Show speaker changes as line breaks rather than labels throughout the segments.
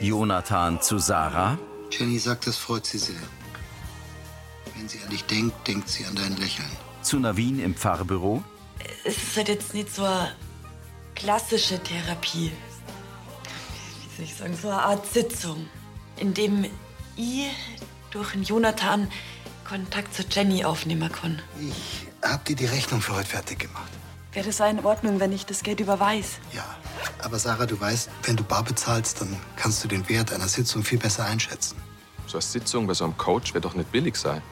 Jonathan zu Sarah.
Jenny sagt, das freut sie sehr. Wenn sie an dich denkt, denkt sie an dein Lächeln.
Zu Navin im Pfarrbüro.
Es ist halt jetzt nicht so eine klassische Therapie. Wie soll ich sagen, so eine Art Sitzung, in dem ich durch den Jonathan Kontakt zu Jenny aufnehmen kann.
Ich hab dir die Rechnung für heute fertig gemacht.
Wäre es auch in Ordnung, wenn ich das Geld überweise?
Ja, aber Sarah, du weißt, wenn du bar bezahlst, dann kannst du den Wert einer Sitzung viel besser einschätzen.
So eine Sitzung bei so einem Coach wird doch nicht billig sein.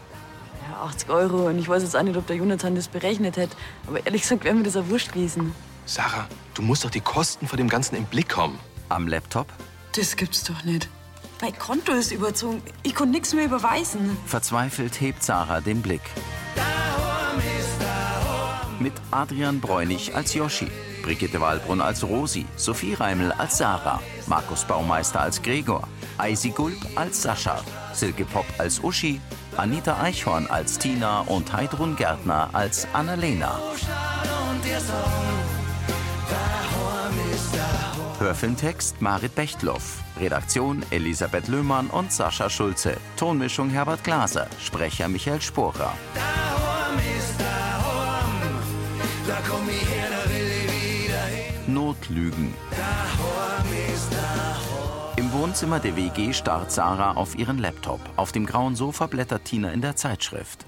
Ja, 80 Euro. Und ich weiß jetzt auch nicht, ob der Jonathan das berechnet hat. Aber ehrlich gesagt wäre mir das auch wurscht gewesen.
Sarah, du musst doch die Kosten von dem Ganzen im Blick haben.
Am Laptop.
Das gibt's doch nicht. Mein Konto ist überzogen. Ich konnte nichts mehr überweisen.
Verzweifelt hebt Sarah den Blick. Mit Adrian Bräunig als Joschi, Brigitte Wahlbrunn als Rosi, Sophie Reimel als Sarah, Markus Baumeister als Gregor, Eisi Gulb als Sascha, Silke Pop als Uschi, Anita Eichhorn als Tina und Heidrun Gärtner als Annalena. Hörfilmtext Marit Bechtloff. Redaktion Elisabeth Löhmann und Sascha Schulze. Tonmischung Herbert Glaser. Sprecher Michael Sporer. Notlügen. Im Wohnzimmer der WG starrt Sarah auf ihren Laptop. Auf dem grauen Sofa blättert Tina in der Zeitschrift.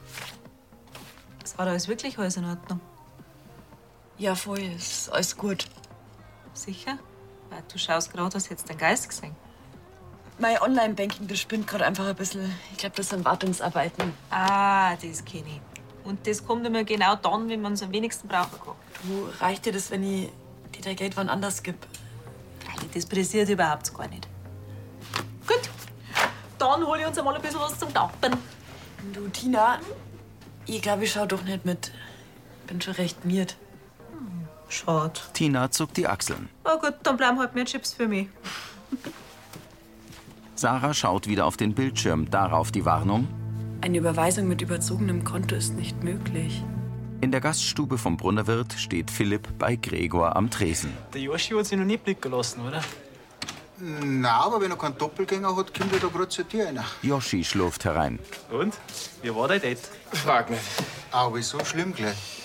Es war da alles wirklich alles in Ordnung.
Ja, voll. Ist alles gut.
Sicher? Weil Du schaust gerade, als hättest du den Geist gesehen.
Mein Online-Banking, das spinnt gerade einfach ein bisschen. Ich glaube, das sind Wartungsarbeiten.
Ah, das kenne ich. Und das kommt immer genau dann, wenn man es am wenigsten brauchen kann.
Du, reicht dir das, wenn ich dir dein Geld wann anders gib?
Freilich, das pressiert überhaupt gar nicht. Gut, dann hole ich uns einmal ein bisschen was zum Dampfen.
Du, Tina, ich glaube, ich schau doch nicht mit. Bin schon recht miert.
Schade.
Tina zuckt die Achseln.
Na gut, dann bleiben halt mehr Chips für mich.
Sarah schaut wieder auf den Bildschirm, darauf die Warnung.
Eine Überweisung mit überzogenem Konto ist nicht möglich.
In der Gaststube vom Brunnerwirt steht Philipp bei Gregor am Tresen.
Der Joschi hat sich noch nicht blicken lassen, oder?
Na, aber wenn er keinen Doppelgänger hat, kommt er da gerade zu dir einer.
Yoshi schlurft herein.
Und? Wie war dein Date?
Frag nicht.
Aber ist so schlimm gleich.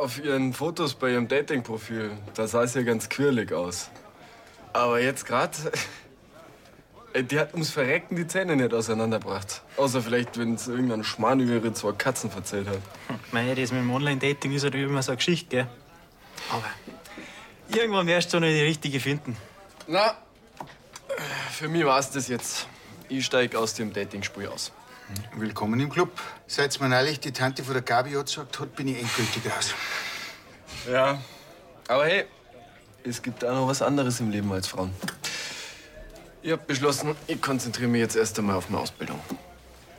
Auf ihren Fotos bei ihrem Dating-Profil, da sah es ja ganz quirlig aus. Aber jetzt grad, äh, die hat ums Verrecken die Zähne nicht auseinandergebracht. Außer vielleicht, wenn es irgendein Schmarrn über ihre zwei Katzen verzählt hat.
Mei, das mit dem Online-Dating ist halt immer so eine Geschichte, gell? Aber irgendwann wirst du noch die richtige finden.
Na, äh, für mich war's das jetzt. Ich steig aus dem Dating-Spiel aus.
Willkommen im Club. Seit's mir neulich die Tante von der Gabi angesagt hat, bin ich endgültig raus.
Ja, aber hey, es gibt auch noch was anderes im Leben als Frauen. Ich hab beschlossen, ich konzentriere mich jetzt erst einmal auf meine Ausbildung.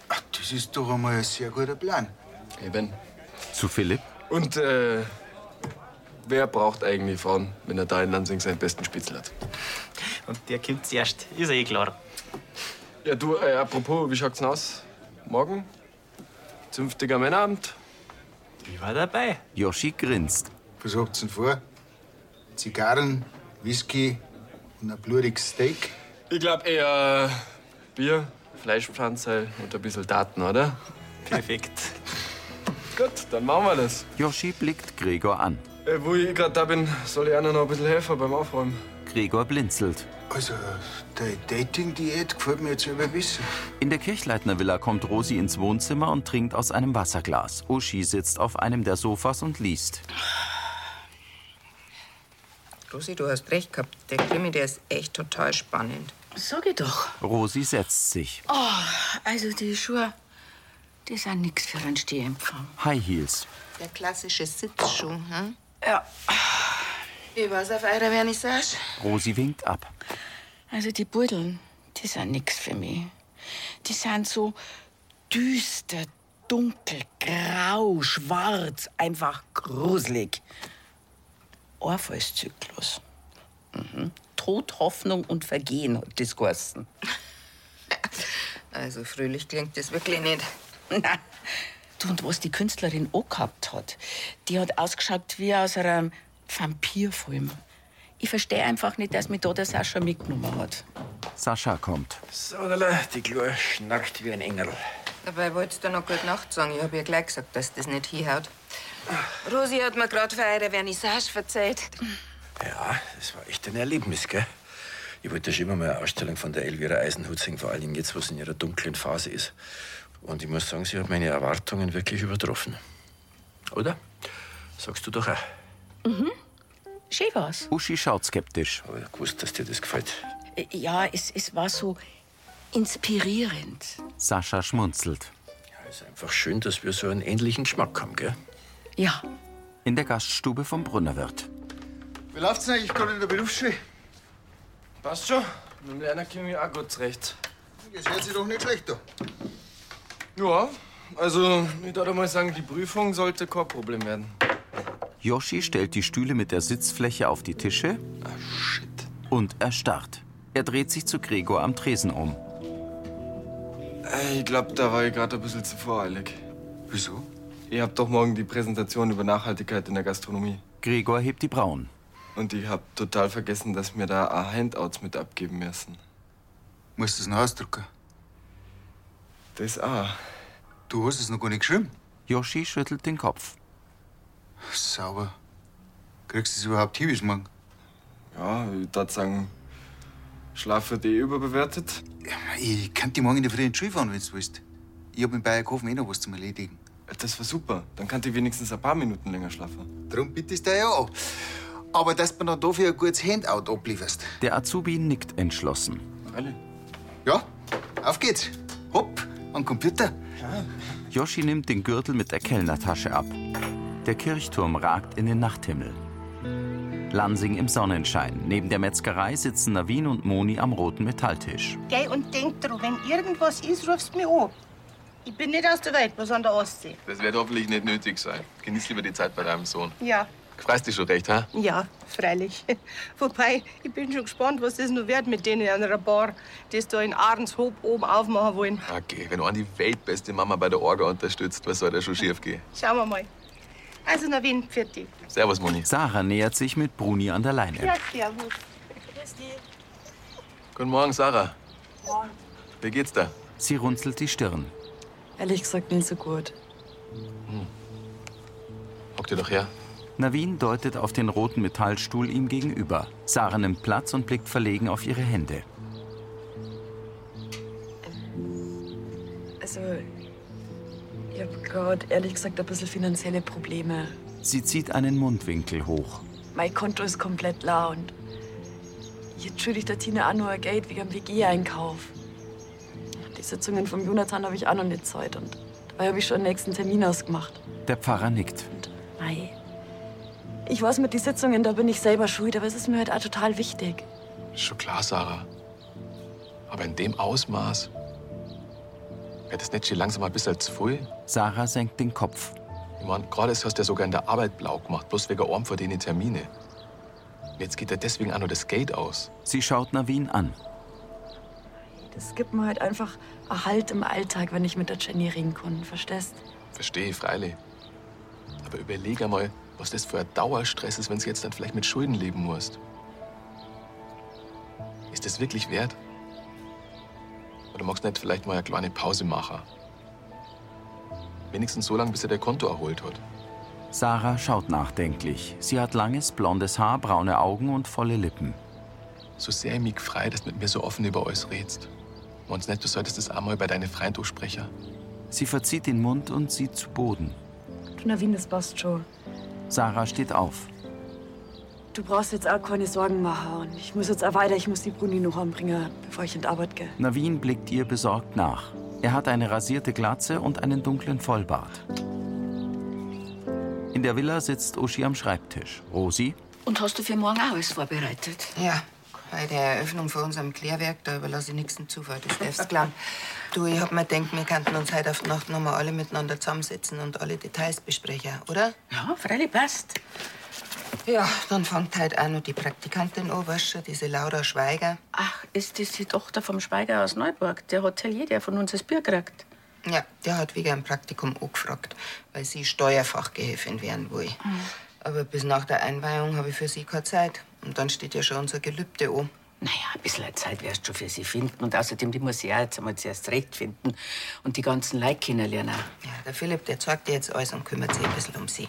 Ach, das ist doch einmal ein sehr guter Plan.
Eben.
Zu Philipp.
Und äh, wer braucht eigentlich Frauen, wenn er da in Lansing seinen besten Spitzel hat?
Und der kommt zuerst. Ist ja eh klar.
Ja, du, äh, apropos, wie schaut's denn aus? Morgen? Zünftiger Männerabend?
Ich war dabei.
Yoshi grinst.
Was habt's denn vor? Zigarren, Whisky und ein blutiges Steak?
Ich glaub eher äh, Bier, Fleischpflanze und ein bisschen Daten, oder?
Perfekt.
Gut, dann machen wir das.
Yoshi blickt Gregor an.
Äh, wo ich gerade da bin, soll ich einer noch ein bisschen helfen beim Aufräumen.
Gregor blinzelt.
Also, deine Dating-Diät gefällt mir jetzt über Wissen.
In der Kirchleitner Villa kommt Rosi ins Wohnzimmer und trinkt aus einem Wasserglas. Uschi sitzt auf einem der Sofas und liest.
Rosi, du hast recht gehabt. Der Krimi, der ist echt total spannend.
Sag ich doch.
Rosi setzt sich.
Also die Schuhe, die sind nix für einen Stehempfang.
High Heels.
Der klassische Sitzschuh, hm?
Ja.
Wie war's auf eurer Vernissage?
Rosi winkt ab.
Also die Burdeln, die sind nix für mich. Die sind so düster, dunkel, grau, schwarz, einfach gruselig. Orpheuszyklus. Mhm. Tod, Hoffnung und Vergehen, hat das geheißen.
Also, fröhlich klingt das wirklich nicht.
Na, du und was die Künstlerin auch gehabt hat, die hat ausgeschaut wie aus einem Vampirfilm. Ich verstehe einfach nicht, dass mich da der Sascha mitgenommen hat.
Sascha kommt.
Saderle, die Kleine schnarcht wie ein Engel.
Dabei wolltest du noch gute Nacht sagen. Ich habe ihr gleich gesagt, dass das nicht hinhaut. Rosi hat mir gerade vor ihrer Vernissage verzeiht.
Ja, das war echt ein Erlebnis, gell? Ich wollte schon immer mal eine Ausstellung von der Elvira Eisenhut sehen, vor allen Dingen jetzt, wo sie in ihrer dunklen Phase ist. Und ich muss sagen, sie hat meine Erwartungen wirklich übertroffen. Oder? Sagst du doch auch.
Mhm. Schön war's.
Uschi schaut skeptisch.
Aber ich wusste, dass dir das gefällt.
Ja, es, es war so inspirierend.
Sascha schmunzelt.
Es ist einfach schön, dass wir so einen ähnlichen Geschmack haben, gell?
Ja.
In der Gaststube vom Brunnerwirt.
Wie läuft's denn eigentlich gerade in der Berufsschule?
Passt schon. Mit dem Lerner komme ich auch gut zurecht.
Das hört sich doch nicht schlecht an.
Ja, also ich würde mal sagen, die Prüfung sollte kein Problem werden.
Yoshi stellt die Stühle mit der Sitzfläche auf die Tische. Und erstarrt. Er dreht sich zu Gregor am Tresen um.
Äh, Ich glaube, da war ich gerade ein bisschen zu voreilig. Wieso? Ihr habt doch morgen die Präsentation über Nachhaltigkeit in der Gastronomie.
Gregor hebt die Brauen.
Und ich hab total vergessen, dass mir da auch Handouts mit abgeben müssen.
Musst du es noch ausdrucken?
Das auch.
Du hast es noch gar nicht geschrieben.
Yoshi schüttelt den Kopf.
Sauber. Kriegst du es überhaupt hin bis morgen?
Ja, ich würde sagen, Schlaf wird eh überbewertet.
Ich kann die morgen in der Früh in die Schule fahren, wenn du willst. Ich hab in Bayerkofen eh noch was zum Erledigen.
Das war super. Dann kann ich wenigstens ein paar Minuten länger schlafen.
Darum bittest du ja auch. Aber dass du mir dann dafür ein gutes Handout ablieferst.
Der Azubi nickt entschlossen.
Alle.
Ja, auf geht's. Hopp, am Computer.
Yoshi nimmt den Gürtel mit der Kellnertasche ab. Der Kirchturm ragt in den Nachthimmel. Lansing im Sonnenschein. Neben der Metzgerei sitzen Navin und Moni am roten Metalltisch.
Geh und denk dran, wenn irgendwas ist, rufst du mich an. Ich bin nicht aus der Welt, was an der Ostsee.
Das wird hoffentlich nicht nötig sein. Genieß lieber die Zeit bei deinem Sohn.
Ja,
Freust dich schon recht, ha?
ja, freilich. Wobei, ich bin schon gespannt, was das noch wird mit denen an einer Bar, die da in Ahrenshoop oben aufmachen wollen.
Okay, wenn du an die weltbeste Mama bei der Orga unterstützt, was soll da schon schief gehen?
Schauen wir mal. Also, na, wen für dich?
Servus, Moni.
Sarah nähert sich mit Bruni an der Leine.
Ja, servus. Grüß dich.
Guten Morgen, Sarah.
Morgen.
Wie geht's da?
Sie runzelt die Stirn.
Ehrlich gesagt nicht so gut.
Hock dir doch her.
Navin deutet auf den roten Metallstuhl ihm gegenüber. Sarah nimmt Platz und blickt verlegen auf ihre Hände.
Also, ich hab gerade ehrlich gesagt ein bisschen finanzielle Probleme.
Sie zieht einen Mundwinkel hoch.
Mein Konto ist komplett leer und jetzt schulde ich der Tina auch nur ein Geld wegen dem WG-Einkauf. Die Sitzungen vom Jonathan habe ich auch noch nicht Zeit und dabei habe ich schon den nächsten Termin ausgemacht.
Der Pfarrer nickt.
Mei. Ich weiß mit den Sitzungen, da bin ich selber schuld, aber es ist mir halt auch total wichtig.
Ist schon klar, Sarah. Aber in dem Ausmaß. Wird das nicht schon langsam ein bisschen zu viel?
Sarah senkt den Kopf.
Ich mein, gerade das hast du ja sogar in der Arbeit blau gemacht, bloß wegen Orm vor denen Termine. Und jetzt geht ja deswegen auch noch das Geld aus.
Sie schaut Navin an.
Das gibt mir halt einfach einen Halt im Alltag, wenn ich mit der Jenny reden kann, verstehst?
Verstehe, freilich. Aber überleg einmal, was das für ein Dauerstress ist, wenn du jetzt dann vielleicht mit Schulden leben musst. Ist das wirklich wert? Oder magst du nicht vielleicht mal eine kleine Pause machen? Wenigstens so lange, bis er der Konto erholt hat.
Sarah schaut nachdenklich. Sie hat langes, blondes Haar, braune Augen und volle Lippen.
So sehr ich mich frei, dass du mit mir so offen über alles redst. Meinst du nicht, du solltest das einmal bei deinen Freunden sprechen?
Sie verzieht den Mund und sieht zu Boden.
Du, Navin, das passt schon.
Sarah steht auf.
Du brauchst jetzt auch keine Sorgen machen. Und ich muss jetzt auch weiter, ich muss die Bruni noch anbringen, bevor ich in die Arbeit gehe.
Navin blickt ihr besorgt nach. Er hat eine rasierte Glatze und einen dunklen Vollbart. In der Villa sitzt Uschi am Schreibtisch. Rosi,
Und hast du für morgen auch alles vorbereitet?
Ja, bei der Eröffnung von unserem Klärwerk, da überlasse ich nichts dem Zufall, das darfst du glauben. Du, ich hab mir gedacht, wir könnten uns heute auf die Nacht noch mal alle miteinander zusammensetzen und alle Details besprechen, oder?
Ja, freilich passt.
Ja, dann fängt heute auch noch die Praktikantin an, weißt du, diese Laura Schweiger.
Ach, ist das die Tochter vom Schweiger aus Neuburg, der Hotelier, der von uns das Bier kriegt?
Ja, der hat wegen einem Praktikum angefragt, weil sie Steuerfachgehilfin werden will. Aber bis nach der Einweihung habe ich für sie keine Zeit. Und dann steht ja schon unser Gelübde an.
Naja, ein bisschen Zeit wirst du schon für sie finden. Und außerdem, die muss ich auch jetzt einmal zuerst recht finden. Und die ganzen Leute kennenlernen.
Ja, der Philipp, der zeigt dir jetzt alles und kümmert sich ein bisschen um sie.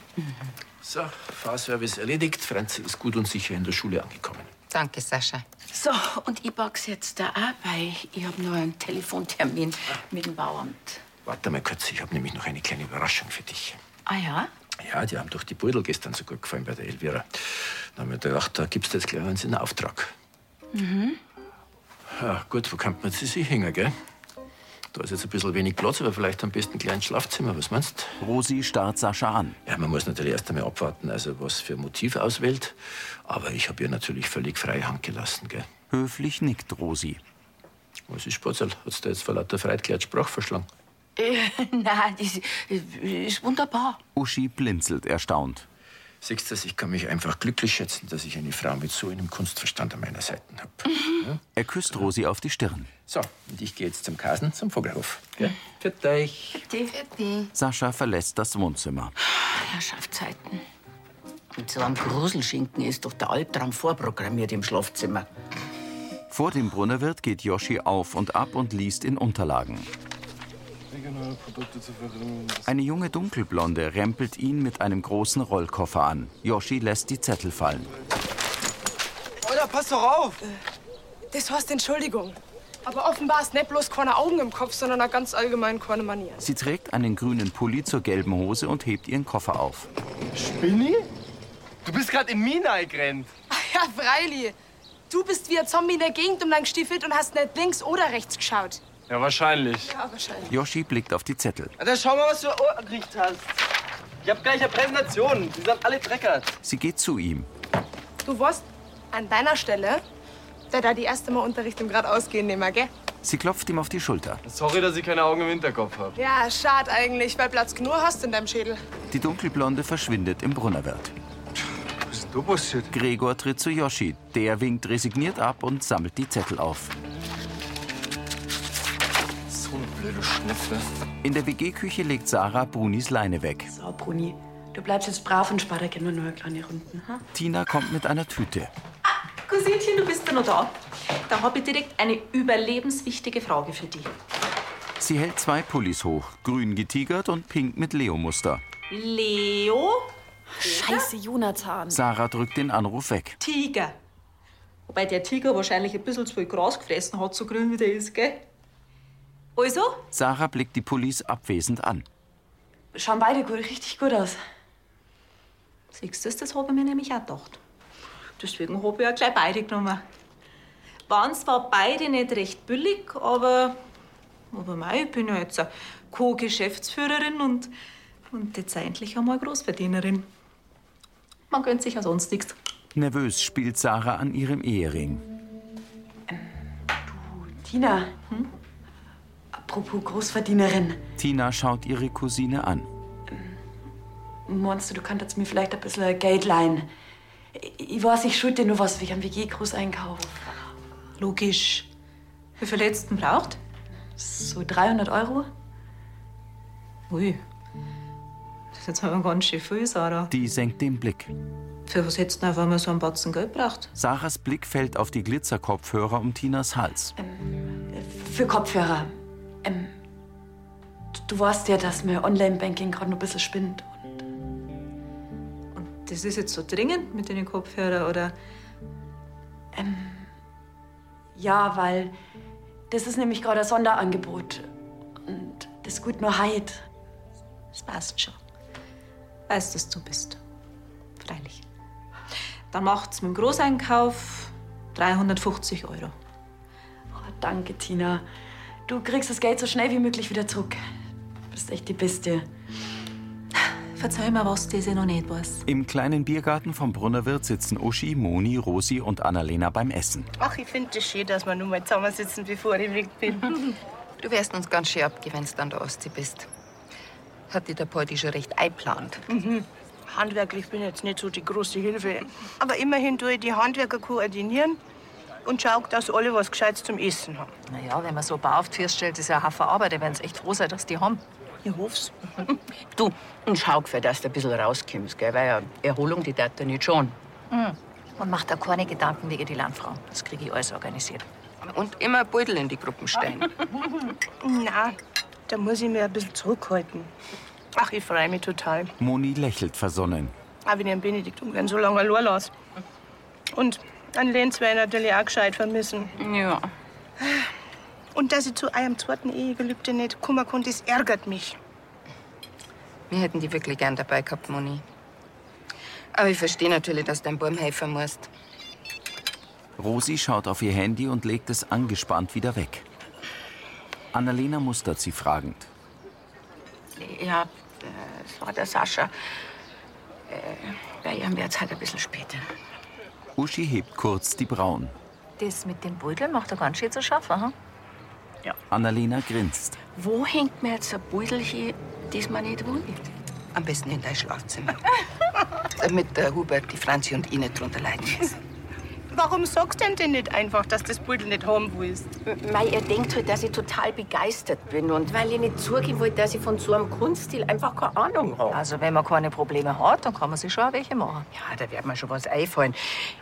So, Fahrservice erledigt. Franzi ist gut und sicher in der Schule angekommen.
Danke, Sascha.
So, und ich box jetzt da auch bei. Ich habe noch einen Telefontermin mit dem Bauamt.
Warte mal kurz, ich habe nämlich noch eine kleine Überraschung für dich.
Ah ja?
Ja, die haben doch die Beutel gestern so gut gefallen bei der Elvira. Dann haben wir gedacht, da gibst du jetzt gleich eins in Auftrag.
Mhm.
Ja, gut, wo kann man sie sich hängen, gell? Da ist jetzt ein bisschen wenig Platz, aber vielleicht am besten gleich ein Schlafzimmer. Was meinst du?
Rosi starrt Sascha an.
Ja, man muss natürlich erst einmal abwarten, also was für ein Motiv auswählt. Aber ich habe ihr natürlich völlig freie Hand gelassen, gell?
Höflich nickt Rosi.
Was ist Spatzel? Hat's da jetzt vor lauter Freude gleich die Sprache verschlagen?
Äh, nein, das äh, ist wunderbar.
Uschi blinzelt erstaunt.
Siehst du, ich kann mich einfach glücklich schätzen, dass ich eine Frau mit so einem Kunstverstand an meiner Seite habe.
Mhm.
Er küsst Rosi auf die Stirn.
So, und ich gehe jetzt zum Kasen, zum Vogelhof. Gell? Für dich.
Bitte.
Sascha verlässt das Wohnzimmer.
Herrschaftszeiten. Mit so einem Gruselschinken ist doch der Albtraum vorprogrammiert im Schlafzimmer.
Vor dem Brunnerwirt geht Joschi auf und ab und liest in Unterlagen.
Regionale Produkte zur Verfügung.
Eine junge Dunkelblonde rempelt ihn mit einem großen Rollkoffer an. Joschi lässt die Zettel fallen.
Alter, pass doch auf! Äh, Das heißt Entschuldigung. Aber offenbar ist nicht bloß keine Augen im Kopf, sondern auch ganz allgemein keine Manier.
Sie trägt einen grünen Pulli zur gelben Hose und hebt ihren Koffer auf.
Spinni?
Du bist gerade in Mina eingerannt.
Ah Ja, Freili. Du bist wie ein Zombie in der Gegend umgestiefelt und hast nicht links oder rechts geschaut.
Ja, wahrscheinlich.
Ja, wahrscheinlich.
Joschi blickt auf die Zettel.
Na, Dann schau mal, was du angekriegt hast. Ich hab gleich eine Präsentation. Die sind alle dreckert.
Sie geht zu ihm.
Du warst an deiner Stelle, der da die erste Mal Unterricht im Geradeausgehen nehmen, gell?
Sie klopft ihm auf die Schulter.
Sorry, dass ich keine Augen im Hinterkopf habe.
Ja, schad eigentlich, weil Platz genug hast in deinem Schädel.
Die Dunkelblonde verschwindet im Brunnerwirt. Was ist da passiert? Gregor tritt zu Joschi. Der winkt resigniert ab und sammelt die Zettel auf.
So eine blöde Schneffe.
In der WG-Küche legt Sarah Brunis Leine weg.
So, Bruni, du bleibst jetzt brav und spar dir gerne nur eine kleine Runden. Ha?
Tina kommt mit einer Tüte.
Cousinchen, du bist ja noch da. Da habe ich direkt eine überlebenswichtige Frage für dich.
Sie hält zwei Pullis hoch, grün getigert und pink mit Leo-Muster.
Leo?
Scheiße, Jonathan.
Sarah drückt den Anruf weg.
Tiger. Wobei der Tiger wahrscheinlich ein bisschen zu viel Gras gefressen hat, so grün wie der ist, gell? Also,
Sarah blickt die Pullis abwesend an.
Schauen beide gut, richtig gut aus.
siehst du, das habe ich mir nämlich auch gedacht. Deswegen habe ich auch gleich beide genommen. Waren zwar beide nicht recht billig, aber. Aber mei, ich bin ja jetzt eine Co-Geschäftsführerin und. Und jetzt endlich einmal Großverdienerin. Man gönnt sich ja sonst nichts.
Nervös spielt Sarah an ihrem Ehering.
Tina. Apropos Großverdienerin.
Tina schaut ihre Cousine an.
Meinst du, du könntest mir vielleicht ein bisschen Geld leihen? Ich ich weiß, ich eh schuld dir nur was wegen WG-Großeinkauf.
Logisch. Wie viel letzten braucht?
So 300 Euro.
Ui. Das ist jetzt aber ganz schön viel, Sarah.
Die senkt den Blick.
Für was hättest du denn auf einmal so einen Batzen Geld braucht?
Sarahs Blick fällt auf die Glitzerkopfhörer um Tinas Hals.
Für Kopfhörer. Ähm, du- du weißt ja, dass mir Online-Banking gerade noch ein bisschen spinnt.
Das ist jetzt so dringend mit den Kopfhörern, oder?
Ähm, Ja, weil das ist nämlich gerade ein Sonderangebot. Und das gut nur heute.
Das passt schon. Weißt, dass du bist. Freilich. Dann macht's mit dem Großeinkauf 350 Euro.
Oh, danke, Tina. Du kriegst das Geld so schnell wie möglich wieder zurück. Du bist echt die Beste.
Verzeih mir was, das ich noch nicht weiß.
Im kleinen Biergarten vom Brunnerwirt sitzen Uschi, Moni, Rosi und Annalena beim Essen.
Ach, ich finde es das schön, dass wir nur mal zusammensitzen, bevor ich weg bin.
Du wärst uns ganz schön ab, wenn du an der Ostsee bist. Hat dir der Poldi schon recht eingeplant.
Mhm. Handwerklich bin ich jetzt nicht so die große Hilfe. Aber immerhin tue ich die Handwerker koordinieren und schaue, dass alle was Gescheites zum Essen haben.
Naja, wenn man so bar auf die Füße stellt, ist ja ein Haufen Arbeit. Da werden sie echt froh sein, dass die haben.
Ich hoff's.
äh, Du, und schau, für dass du ein bisschen rauskommst, gell? Weil ja, Erholung, die tat dir nicht schon.
Mhm. und macht da keine Gedanken wegen die Landfrau. Das kriege ich alles organisiert.
Und immer Beutel in die Gruppen stellen.
Na, da muss ich mir ein bisschen zurückhalten. Ach, ich freue mich total.
Moni lächelt versonnen.
Aber wenn ich den Benedikt ungern so lange allein lasse. Und an Lenz werde ich natürlich auch gescheit vermissen.
Ja.
Und dass ich zu eurem zweiten Ehegelübde nicht kommen konnte, das ärgert mich.
Wir hätten die wirklich gern dabei gehabt, Moni. Aber ich verstehe natürlich, dass du deinem Baum helfen musst.
Rosi schaut auf ihr Handy und legt es angespannt wieder weg. Annalena mustert sie fragend.
Ja, äh, es war der Sascha. Äh, bei ihrem Wert halt ein bisschen später.
Uschi hebt kurz die Brauen.
Das mit den Beuteln macht er ganz schön zu schaffen. Hm?
Annalena grinst.
Wo hängt mir jetzt ein Beutel hin, das man nicht will?
Am besten in dein Schlafzimmer. Damit der Hubert, die Franzi und ich nicht drunter leiden müssen.
Warum sagst du ihm denn nicht einfach, dass das Beutel nicht haben willst?
Mei, er denkt halt, dass ich total begeistert bin und weil ich nicht zugeben wollte, dass ich von so einem Kunststil einfach keine Ahnung habe.
Also, wenn man keine Probleme hat, dann kann man sich schon auch welche machen.
Ja, da wird mir schon was einfallen.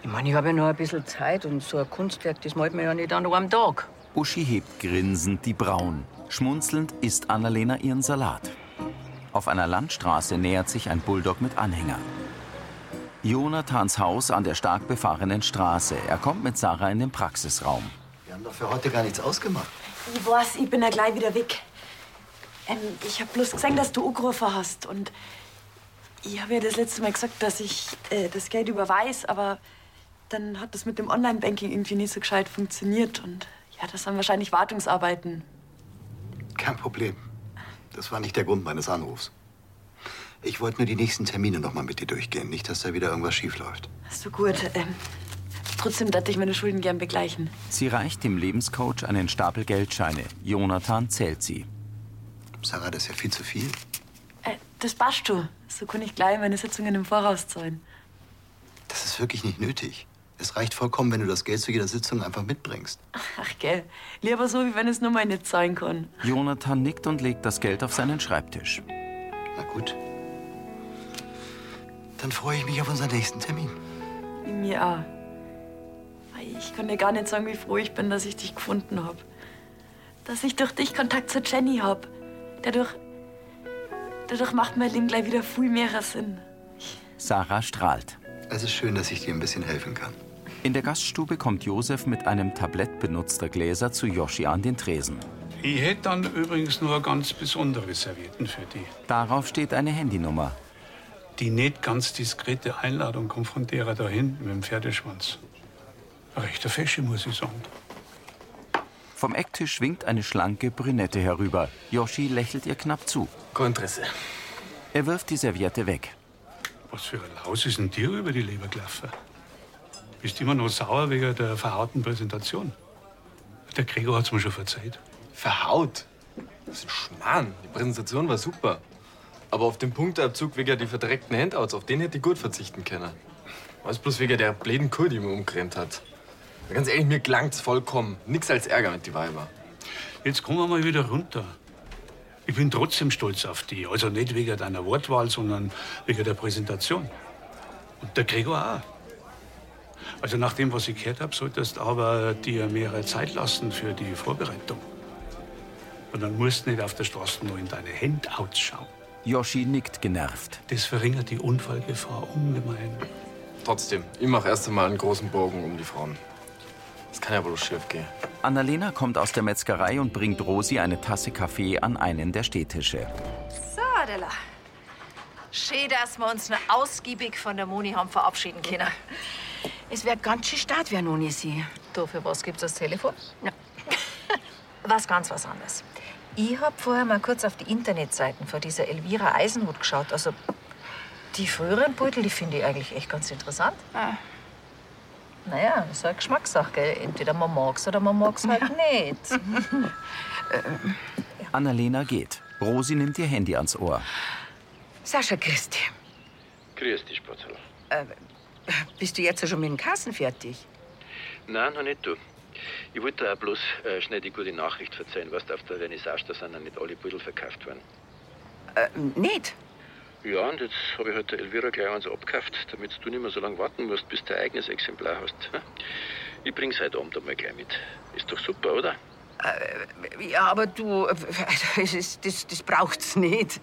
Ich meine, ich habe ja noch ein bisschen Zeit und so ein Kunstwerk, das malt man ja nicht an einem Tag.
Uschi hebt grinsend die Brauen. Schmunzelnd isst Annalena ihren Salat. Auf einer Landstraße nähert sich ein Bulldog mit Anhänger. Jonathans Haus an der stark befahrenen Straße. Er kommt mit Sarah in den Praxisraum.
Wir haben doch für heute gar nichts ausgemacht.
Ich weiß, ich bin ja gleich wieder weg. Ähm, ich hab bloß gesehen, dass du angerufen hast. Und ich habe ja das letzte Mal gesagt, dass ich äh, das Geld überweis, aber dann hat das mit dem Online-Banking irgendwie nicht so gescheit funktioniert. Und ja, das waren wahrscheinlich Wartungsarbeiten.
Kein Problem. Das war nicht der Grund meines Anrufs. Ich wollte nur die nächsten Termine noch mal mit dir durchgehen. Nicht, dass da wieder irgendwas schief läuft.
So gut. Ähm, trotzdem darf ich meine Schulden gern begleichen.
Sie reicht dem Lebenscoach einen Stapel Geldscheine. Jonathan zählt sie.
Sarah, das ist ja viel zu viel.
Äh, das passt du. So kann ich gleich meine Sitzungen im Voraus zahlen.
Das ist wirklich nicht nötig. Es reicht vollkommen, wenn du das Geld zu jeder Sitzung einfach mitbringst.
Ach, gell. Lieber so, wie wenn es nur mal nicht zahlen kann.
Jonathan nickt und legt das Geld auf seinen Schreibtisch.
Na gut. Dann freue ich mich auf unseren nächsten Termin.
Mir auch. Ei, Ich kann dir gar nicht sagen, wie froh ich bin, dass ich dich gefunden hab. Dass ich durch dich Kontakt zu Jenny hab. Dadurch, dadurch macht mein Leben gleich wieder viel mehr Sinn.
Sarah strahlt.
Es ist schön, dass ich dir ein bisschen helfen kann.
In der Gaststube kommt Josef mit einem Tablett benutzter Gläser zu Yoshi an den Tresen.
Ich hätte dann übrigens nur ganz besondere Servietten für die.
Darauf steht eine Handynummer.
Die nicht ganz diskrete Einladung kommt von derer da hinten mit dem Pferdeschwanz. Ein Rechter Fesche, muss ich sagen.
Vom Ecktisch schwingt eine schlanke Brünette herüber. Yoshi lächelt ihr knapp zu.
Grundrisse.
Er wirft die Serviette weg.
Was für ein Laus ist denn dir über die Leber gelaufen? Bist immer noch sauer wegen der verhauten Präsentation? Der Gregor hat's mir schon verzeiht.
Verhaut? Das ist ein Schmarrn. Die Präsentation war super. Aber auf den Punkteabzug wegen die verdreckten Handouts, auf den hätte ich gut verzichten können. Alles bloß wegen der bläden Kur, die mir umgerämt hat. Ganz ehrlich, mir klang's vollkommen. Nix als Ärger mit die Weiber.
Jetzt kommen wir mal wieder runter. Ich bin trotzdem stolz auf dich. Also nicht wegen deiner Wortwahl, sondern wegen der Präsentation. Und der Gregor auch. Also nach dem, was ich gehört habe, solltest aber dir mehrere Zeit lassen für die Vorbereitung. Und dann musst du nicht auf der Straße nur in deine Handouts schauen.
Yoshi nickt genervt.
Das verringert die Unfallgefahr ungemein.
Trotzdem, ich mach erst einmal einen großen Bogen um die Frauen. Das kann ja wohl schief gehen.
Annalena kommt aus der Metzgerei und bringt Rosi eine Tasse Kaffee an einen der Stehtische.
So, Adela. Schön, dass wir uns noch ausgiebig von der Moni haben verabschieden können. Es wäre ganz schön Start, wenn ohne sie. Du, für was gibt's das Telefon? Na. was ganz was anderes. Ich hab vorher mal kurz auf die Internetseiten von dieser Elvira Eisenhut geschaut. Also, die früheren Beutel, die finde ich eigentlich echt ganz interessant. Naja, das ist eine Geschmackssache. Gell? Entweder man mag's oder man mag's halt nicht.
Annalena geht. Rosi nimmt ihr Handy ans Ohr.
Sascha Christi,
Grüß dich, Spatzel.
äh, bist du jetzt schon mit den Kassen fertig?
Nein, noch nicht du. Ich wollte dir auch bloß äh, schnell die gute Nachricht verzeihen. Weißt du, auf der Vernissage, da sind ja nicht alle Beutel verkauft worden.
Äh, nicht?
Ja, und jetzt habe ich heute halt der Elvira gleich eins abgekauft, damit du nicht mehr so lange warten musst, bis du dein eigenes Exemplar hast. Ich bring's heute Abend einmal gleich mit. Ist doch super, oder?
Ja, aber du, äh, das, ist, das, das braucht's nicht.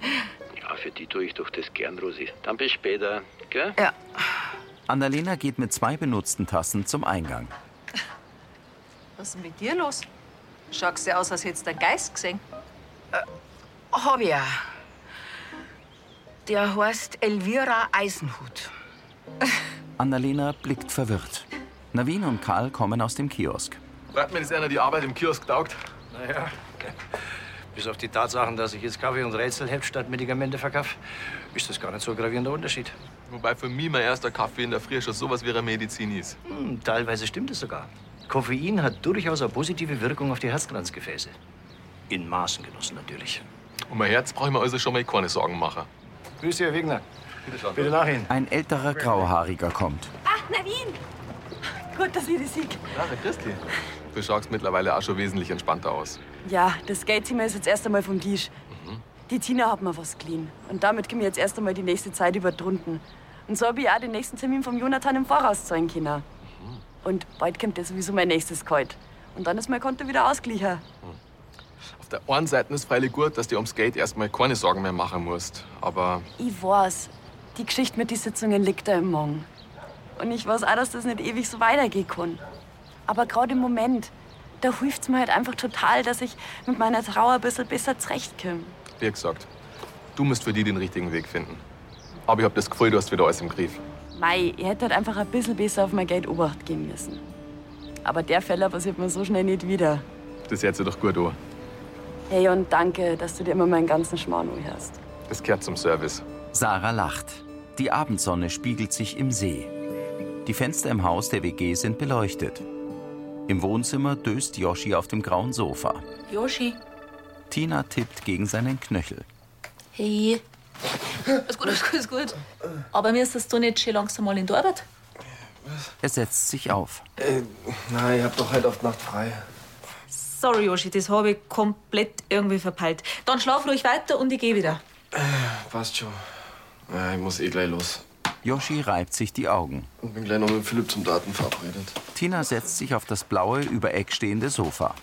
Ja, für die tue ich doch das gern, Rosi. Dann bis später, gell?
Ja.
Annalena geht mit zwei benutzten Tassen zum Eingang.
Was ist denn mit dir los? Schaust du aus, als hättest du einen Geist gesehen?
Äh, Hab ich auch. Der heißt Elvira Eisenhut.
Annalena blickt verwirrt. Navin und Karl kommen aus dem Kiosk.
Hat mir das einer die Arbeit im Kiosk taugt?
Naja, bis auf die Tatsachen, dass ich jetzt Kaffee und Rätselheft statt Medikamente verkaufe, ist das gar nicht so ein gravierender Unterschied.
Wobei für mich mein erster Kaffee in der Früh schon sowas wie eine Medizin ist.
Hm, teilweise stimmt es sogar. Koffein hat durchaus eine positive Wirkung auf die Herzkranzgefäße. In Maßen genossen natürlich.
Um mein Herz brauche ich mir also schon mal keine Sorgen machen.
Grüß dich, Herr Wegner.
Bitte,
Bitte nach Ihnen.
Ein älterer Grauhaariger kommt.
Ach, Navin! Gut, dass ich dich sieg.
Lara, Christi. Du schaust mittlerweile auch schon wesentlich entspannter aus.
Ja, das Geldthema ist jetzt erst einmal vom Tisch. Die Tina hat mir was geliehen. Und damit können wir jetzt erst einmal die nächste Zeit überdrunden. Und so habe ich auch den nächsten Termin vom Jonathan im Voraus zahlen können. Und bald kommt ja sowieso mein nächstes Geld. Und dann ist mein Konto wieder ausgeglichen.
Auf der einen Seite ist freilich gut, dass du ums Geld erstmal keine Sorgen mehr machen musst. Aber
Ich weiß, die Geschichte mit den Sitzungen liegt da im Morgen. Und ich weiß auch, dass das nicht ewig so weitergehen kann. Aber gerade im Moment, da hilft's mir halt einfach total, dass ich mit meiner Trauer ein bisschen besser zurechtkomme.
wie gesagt, du musst für die den richtigen Weg finden. Aber ich hab das Gefühl, du hast wieder alles im Griff.
Mei, ich hätte halt einfach ein bisschen besser auf mein Geld Obacht geben müssen. Aber der Fehler passiert mir so schnell nicht wieder.
Das hört sich doch gut an.
Hey, und danke, dass du dir immer meinen ganzen Schmarrn anhörst.
Das gehört zum Service.
Sarah lacht. Die Abendsonne spiegelt sich im See. Die Fenster im Haus der WG sind beleuchtet. Im Wohnzimmer döst Yoshi auf dem grauen Sofa.
Yoshi.
Tina tippt gegen seinen Knöchel.
Hey. Alles gut, alles gut, alles gut. Aber müsstest du nicht schon langsam mal in die Arbeit?
Er setzt sich auf.
Äh, Nein, ich hab doch heute auf die Nacht frei.
Sorry, Yoshi, das habe ich komplett irgendwie verpeilt. Dann schlaf ruhig weiter und ich gehe wieder.
Äh, Passt schon. Ja, ich muss eh gleich los.
Yoshi reibt sich die Augen.
Und bin gleich noch mit Philipp zum Daten verabredet.
Tina setzt sich auf das blaue, über Eck stehende Sofa.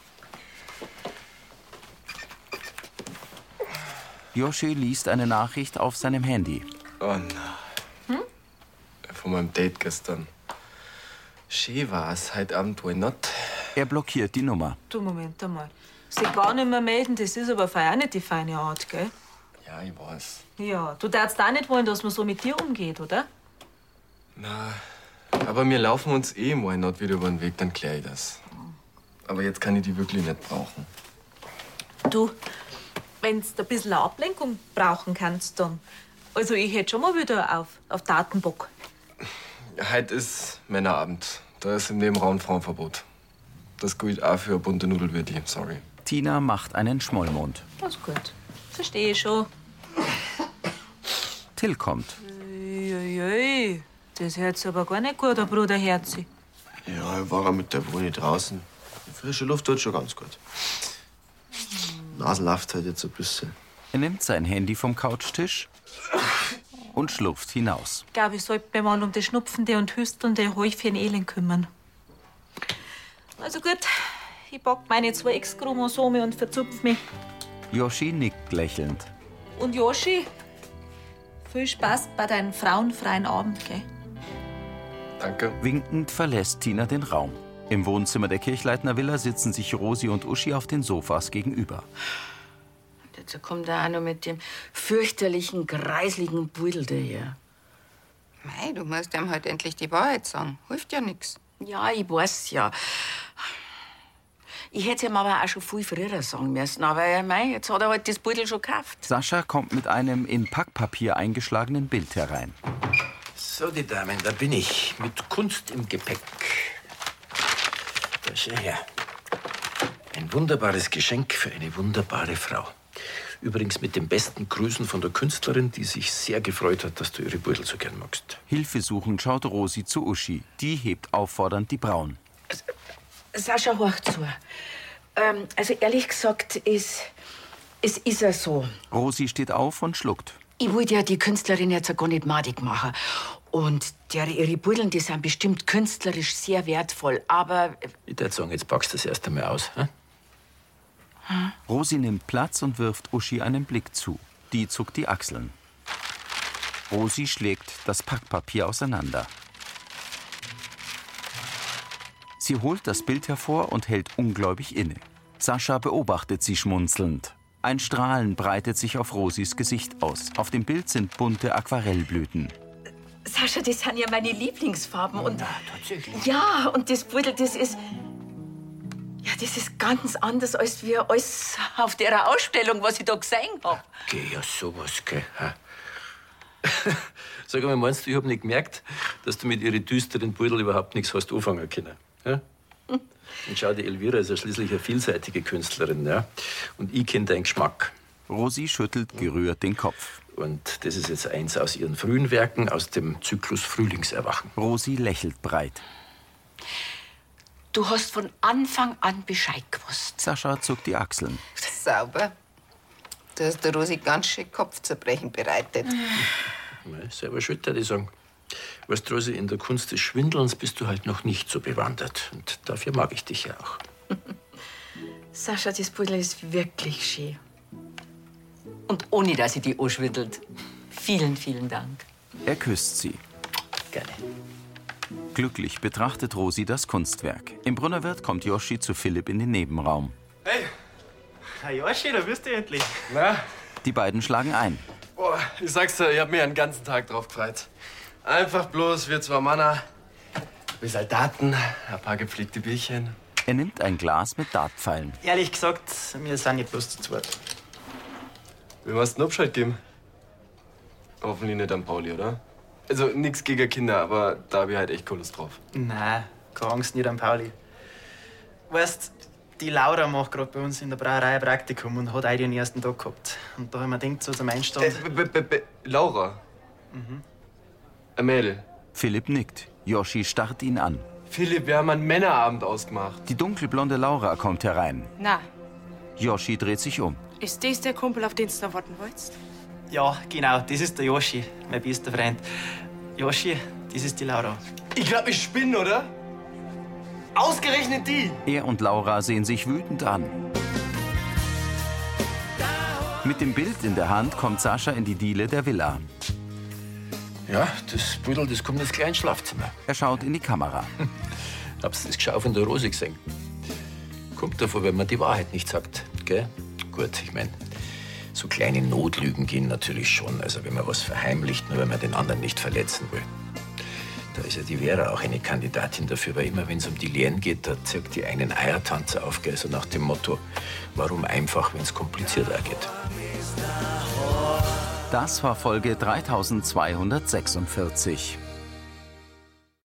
Yoshi liest eine Nachricht auf seinem Handy.
Oh nein. Von meinem Date gestern. Schön war's. Heute Abend wohl not.
Er blockiert die Nummer.
Du, Moment einmal. Sie gar nicht mehr melden, das ist aber fein auch nicht die feine Art, gell?
Ja, ich weiß.
Ja, du darfst auch nicht wollen, dass man so mit dir umgeht, oder?
Na, aber wir laufen uns eh im Why Not wieder über den Weg, dann klär ich das. Aber jetzt kann ich die wirklich nicht brauchen.
Du, wenn's da ein bisschen eine Ablenkung brauchen kannst, dann. Also, ich hätte schon mal wieder auf, auf Datenbock.
Heute ist Männerabend. Da ist im Nebenraum Frauenverbot. Das gilt auch für eine bunte Nudel wie die, sorry.
Tina macht einen Schmollmund.
Alles gut. Verstehe schon.
Till kommt.
Uiuiui, das hört sich aber gar nicht gut an, Bruder Herzi.
Ja, ich war auch mit der Bruni draußen. Die frische Luft tut schon ganz gut.
Nasenlaft halt jetzt ein bisschen. Er nimmt sein Handy vom Couchtisch und schlurft hinaus.
Ich glaube, ich sollte mir mal um die Schnupfende und Hüstelnde Häufchen Elend kümmern. Also gut, ich pack meine zwei X-Chromosome und verzupf mich.
Yoshi nickt lächelnd.
Und Yoshi, viel Spaß bei deinem frauenfreien Abend, gell?
Danke. Winkend verlässt Tina den Raum. Im Wohnzimmer der Kirchleitner Villa sitzen sich Rosi und Uschi auf den Sofas gegenüber.
Dazu kommt er auch noch mit dem fürchterlichen, greisligen Beutel daher.
Mei, du musst ihm halt endlich die Wahrheit sagen. Hilft ja nichts.
Ja, ich weiß ja. Ich hätte ihm aber auch schon viel früher sagen müssen. Aber ja, mei, jetzt hat er halt das Beutel schon gekauft.
Sascha kommt mit einem in Packpapier eingeschlagenen Bild herein.
So, die Damen, da bin ich. Mit Kunst im Gepäck. Da schau her. Ein wunderbares Geschenk für eine wunderbare Frau. Übrigens mit den besten Grüßen von der Künstlerin, die sich sehr gefreut hat, dass du ihre Beutel so gern magst.
Hilfesuchend schaut Rosi zu Uschi. Die hebt auffordernd die Brauen.
Sascha, horch zu. Ähm, also ehrlich gesagt, ist, es ist er so.
Rosi steht auf und schluckt.
Ich wollte ja die Künstlerin jetzt auch gar nicht madig machen. Und deren ihre Budeln, die sind bestimmt künstlerisch sehr wertvoll. Aber
Ich würde sagen, jetzt packst du das erst einmal aus. Hm?
Rosi nimmt Platz und wirft Uschi einen Blick zu. Die zuckt die Achseln. Rosi schlägt das Packpapier auseinander. Sie holt das Bild hervor und hält ungläubig inne. Sascha beobachtet sie schmunzelnd. Ein Strahlen breitet sich auf Rosis Gesicht aus. Auf dem Bild sind bunte Aquarellblüten.
Sascha, das sind ja meine Lieblingsfarben. Und
tatsächlich.
Ja, und das Pudel, das ist. Ja, das ist ganz anders als wir alles auf der Ausstellung, was ich da gesehen habe.
Geh ja sowas, gell? hä? Sag mal, meinst du, ich hab nicht gemerkt, dass du mit ihren düsteren Pudel überhaupt nichts hast anfangen können? Ja? Und schau, die Elvira ist ja schließlich eine vielseitige Künstlerin, ja? Und ich kenne deinen Geschmack.
Rosi schüttelt gerührt den Kopf.
Und das ist jetzt eins aus ihren frühen Werken, aus dem Zyklus Frühlingserwachen.
Rosi lächelt breit.
du hast von Anfang an Bescheid gewusst.
Sascha zuckt die Achseln.
Sauber. Du hast der Rosi ganz schön Kopfzerbrechen bereitet.
Ah.
Mei, Selber schuld, würde ich sagen. Weißt du, Rosi, in der Kunst des Schwindelns bist du halt noch nicht so bewandert. Und dafür mag ich dich ja auch.
Sascha, das Pudel ist wirklich schön. Und ohne, dass sie die anschwindelt. Vielen, vielen Dank.
Er küsst sie.
Gerne.
Glücklich betrachtet Rosi das Kunstwerk. Im Brunnerwirt kommt Joschi zu Philipp in den Nebenraum.
Na Joschi, da bist du endlich.
Na,
Die beiden schlagen ein.
boah, ich sag's dir, ich hab mir einen ganzen Tag drauf gefreut. Einfach bloß wir zwei Männer, wir Soldaten, ein paar gepflegte Bierchen.
Er nimmt ein Glas mit Dartpfeilen.
Ehrlich gesagt, wir sind nicht bloß zu zweit.
Wem hast du noch Bescheid geben? Hoffentlich nicht an Pauli, oder? Also, nix gegen Kinder, aber da hab ich halt echt cool Lust drauf.
Nein, keine Angst, nicht an Pauli. Weißt, die Laura macht gerade bei uns in der Brauerei ein Praktikum und hat heute ihren ersten Tag gehabt. Und da haben wir gedacht, so zum Einstand.
Äh, Laura?
Mhm.
Ein Mädel.
Philipp nickt. Joschi starrt ihn an.
Philipp, wir haben einen Männerabend ausgemacht.
Die dunkelblonde Laura kommt herein.
Na,
Joschi dreht sich um.
ist das der Kumpel, auf den du noch warten wolltest?
Ja, genau, das ist der Joschi, mein bester Freund. Joschi, das ist die Laura.
Ich glaub, ich spinne, oder? Ausgerechnet die!
Er und Laura sehen sich wütend an. Mit dem Bild in der Hand kommt Sascha in die Diele der Villa.
Ja, das Pudel, das kommt ins kleine Schlafzimmer.
Er schaut in die Kamera.
Hab's das Geschau von der Rose gesehen? Kommt davon, wenn man die Wahrheit nicht sagt, gell? Gut, ich mein, so kleine Notlügen gehen natürlich schon. Also wenn man was verheimlicht, nur weil man den anderen nicht verletzen will. Da ist ja die Vera auch eine Kandidatin dafür, weil immer wenn es um die Lehren geht, da zirkt die einen Eiertanzer auf, gell? So nach dem Motto, warum einfach, wenn es komplizierter geht.
Das war Folge 3246.